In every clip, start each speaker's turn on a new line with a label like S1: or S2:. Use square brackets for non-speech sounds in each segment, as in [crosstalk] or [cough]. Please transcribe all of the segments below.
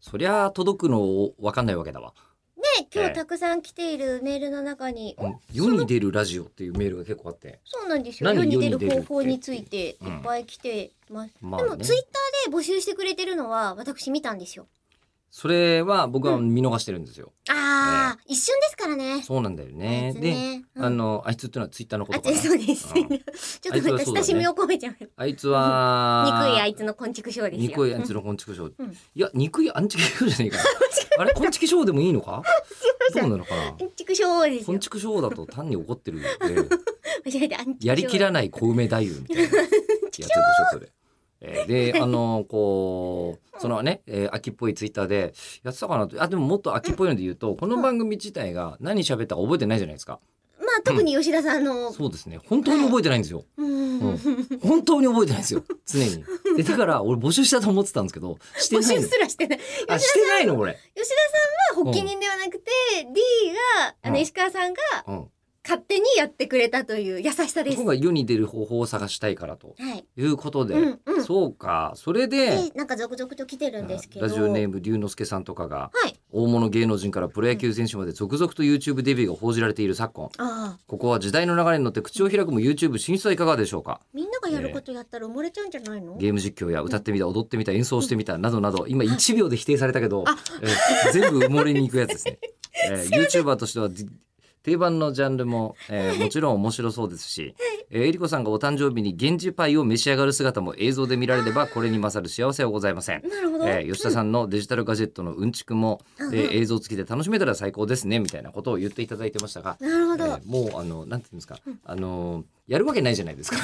S1: そりゃ届くのわかんないわけだわ。
S2: ね今
S1: ええ
S2: 日たくさん来ているメールの中に、
S1: うん世に出るラジオっていうメールが結構あって。
S2: そうなんですよ世
S1: 何
S2: に出
S1: 世に出
S2: る
S1: る
S2: 方法についていっ
S1: うん
S2: ぱい来てます、
S1: ま
S2: で
S1: あ
S2: も
S1: ね
S2: ツイッターで募集してくれてるのは私見たんですよ
S1: それは僕は見逃してるんですよ。
S2: あー、一瞬ですからね
S1: そうなんだよね。
S2: あいつ
S1: で、
S2: ねうん
S1: あの、あいつっていうのはツイッターのこ
S2: あ
S1: とかな。
S2: そうです、 [laughs]
S1: うん
S2: ちょっとなんか親しみを込めちゃう
S1: あいつは、
S2: 憎いあいつの昆虫ショーですよ
S1: 憎いあいつの昆虫賞。い
S2: うん
S1: や、憎いアンチキ賞じゃねえ
S2: [laughs]
S1: か。あれ、昆虫賞でもいいのかどうなのかな
S2: 昆虫ショーです
S1: 昆
S2: よ
S1: 虫賞だと単に怒ってるんで、
S2: 間違えてアンチ
S1: やりきらない小梅太夫み
S2: [laughs]
S1: たいなやつでしょ、それ。えーで、あの、こう、そのね、えー秋っぽいツイッターで、やってたかなと。あ、でももっと秋っぽいので言うと、この番組自体が何喋ったか覚えてないじゃないですか。
S2: まあ特に吉田さんの、
S1: そうですね。本当に覚えてないんですよ。
S2: うん
S1: うん本当に覚えてないんですよ。常に。で、だから、俺募集したと思ってたんですけど、して
S2: 募
S1: ない
S2: 集
S1: の
S2: す。らしてない吉
S1: あ、
S2: 田
S1: し
S2: さ
S1: てないの、俺。
S2: んは発起人ではなくて、D があ
S1: う
S2: の
S1: ん
S2: 石川さんが
S1: うん。
S2: 勝手にやってくれたという優しさです、
S1: 今
S2: は
S1: 回世に出る方法を探したいからと
S2: い
S1: いうことで、
S2: うんうん
S1: そうか、それで、
S2: でなんか続々と来てるんですけど
S1: ラジオネーム龍之介さんとかが、
S2: はい
S1: 大物芸能人からプロ野球選手まで続々と YouTube デビューが報じられている昨今。
S2: ああ
S1: ここは時代の流れに乗って口を開くも YouTube 進出はいかがでしょうか
S2: みんながやることやったら埋もれちゃうんじゃないの、
S1: ゲーム実況や歌ってみた、踊ってみた、演奏してみた、などなど、今1秒で否定されたけど、
S2: あ
S1: えー全部埋もれに行くやつですね。えー、YouTuber としてはじ定番のジャンルも、えーもちろん面白そうですし、えーえりこさんがお誕生日に源氏パイを召し上がる姿も映像で見られればこれに勝る幸せはございません。
S2: なるほど、
S1: えー吉田さんのデジタルガジェットのうんちくも、え
S2: うんうん
S1: ー映像付きで楽しめたら最高ですねみたいなことを言っていただいてましたが、
S2: なるほど、
S1: えーもうあのなんていうんですか、あのーやるわけないじゃない
S2: [laughs]
S1: ですか。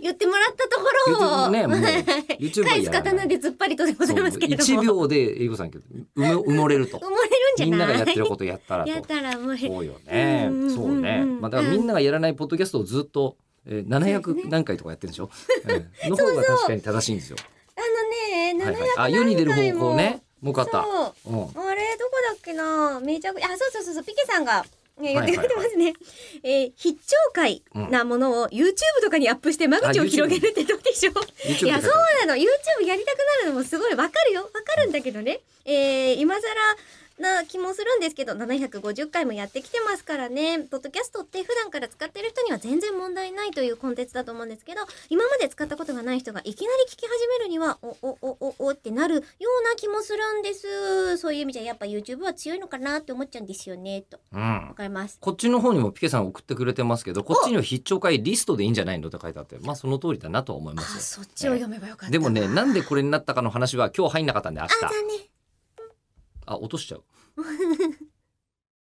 S2: 言ってもらったところを、
S1: 言ってもねもう
S2: はい
S1: YouTuber
S2: 返
S1: や
S2: す
S1: らない
S2: 刀で突っ張りとでございますけれど
S1: 1
S2: も
S1: 秒でえりこさんけど埋め埋もれ
S2: [laughs]
S1: ると
S2: 埋。もれるんじゃ
S1: み
S2: ない
S1: んながやってることやったらと
S2: や。ったら埋もれる
S1: そうよね
S2: うんうんうんう。ん
S1: そうね。まあだからみんながやらないポッドキャストをずっと、えー、
S2: そうです
S1: 700
S2: ね
S1: 何回とかやってるんでしょ。え
S2: [laughs]
S1: ーの方が確かに正しいんですよ。
S2: あのね、
S1: はいはい
S2: 700。
S1: あ、世に出る方法ね。もうかった。
S2: そう
S1: うん。は
S2: あれどこだっけなめちゃくあそうそうそうそうピケさんが、ね、言
S1: は
S2: っ
S1: いはいはい
S2: てくれてますね、えー必聴会なものを YouTube とかにアップして間口
S1: あ
S2: を
S1: YouTube
S2: 広げるってどうでしょう
S1: YouTube
S2: いや
S1: って書い
S2: そ
S1: てあ
S2: うなの YouTube やりたくなるのもすごいわかるよわかるんだけどね、えー、今更な気もするんですけど750回もやってきてますからねポッドキャストって普段から使ってる人には全然問題ないというコンテンツだと思うんですけど今まで使ったことがない人がいきなり聞き始めるにはおおおおおってなるような気もするんですそういう意味じゃやっぱ YouTube は強いのかなって思っちゃうんですよねと
S1: うん
S2: わ。かります
S1: こっちの方にもピケさん送ってくれてますけど、こっちには必聴会リストでいいんじゃないのって書いてあって、まあその通りだなとは思い
S2: あ
S1: ます
S2: そっちを読めばよかっ
S1: よ。
S2: た
S1: でもね、なんでこれになったかの話は今日入んなかったんで明
S2: あ残
S1: 日。
S2: 念
S1: あ、落としちゃう。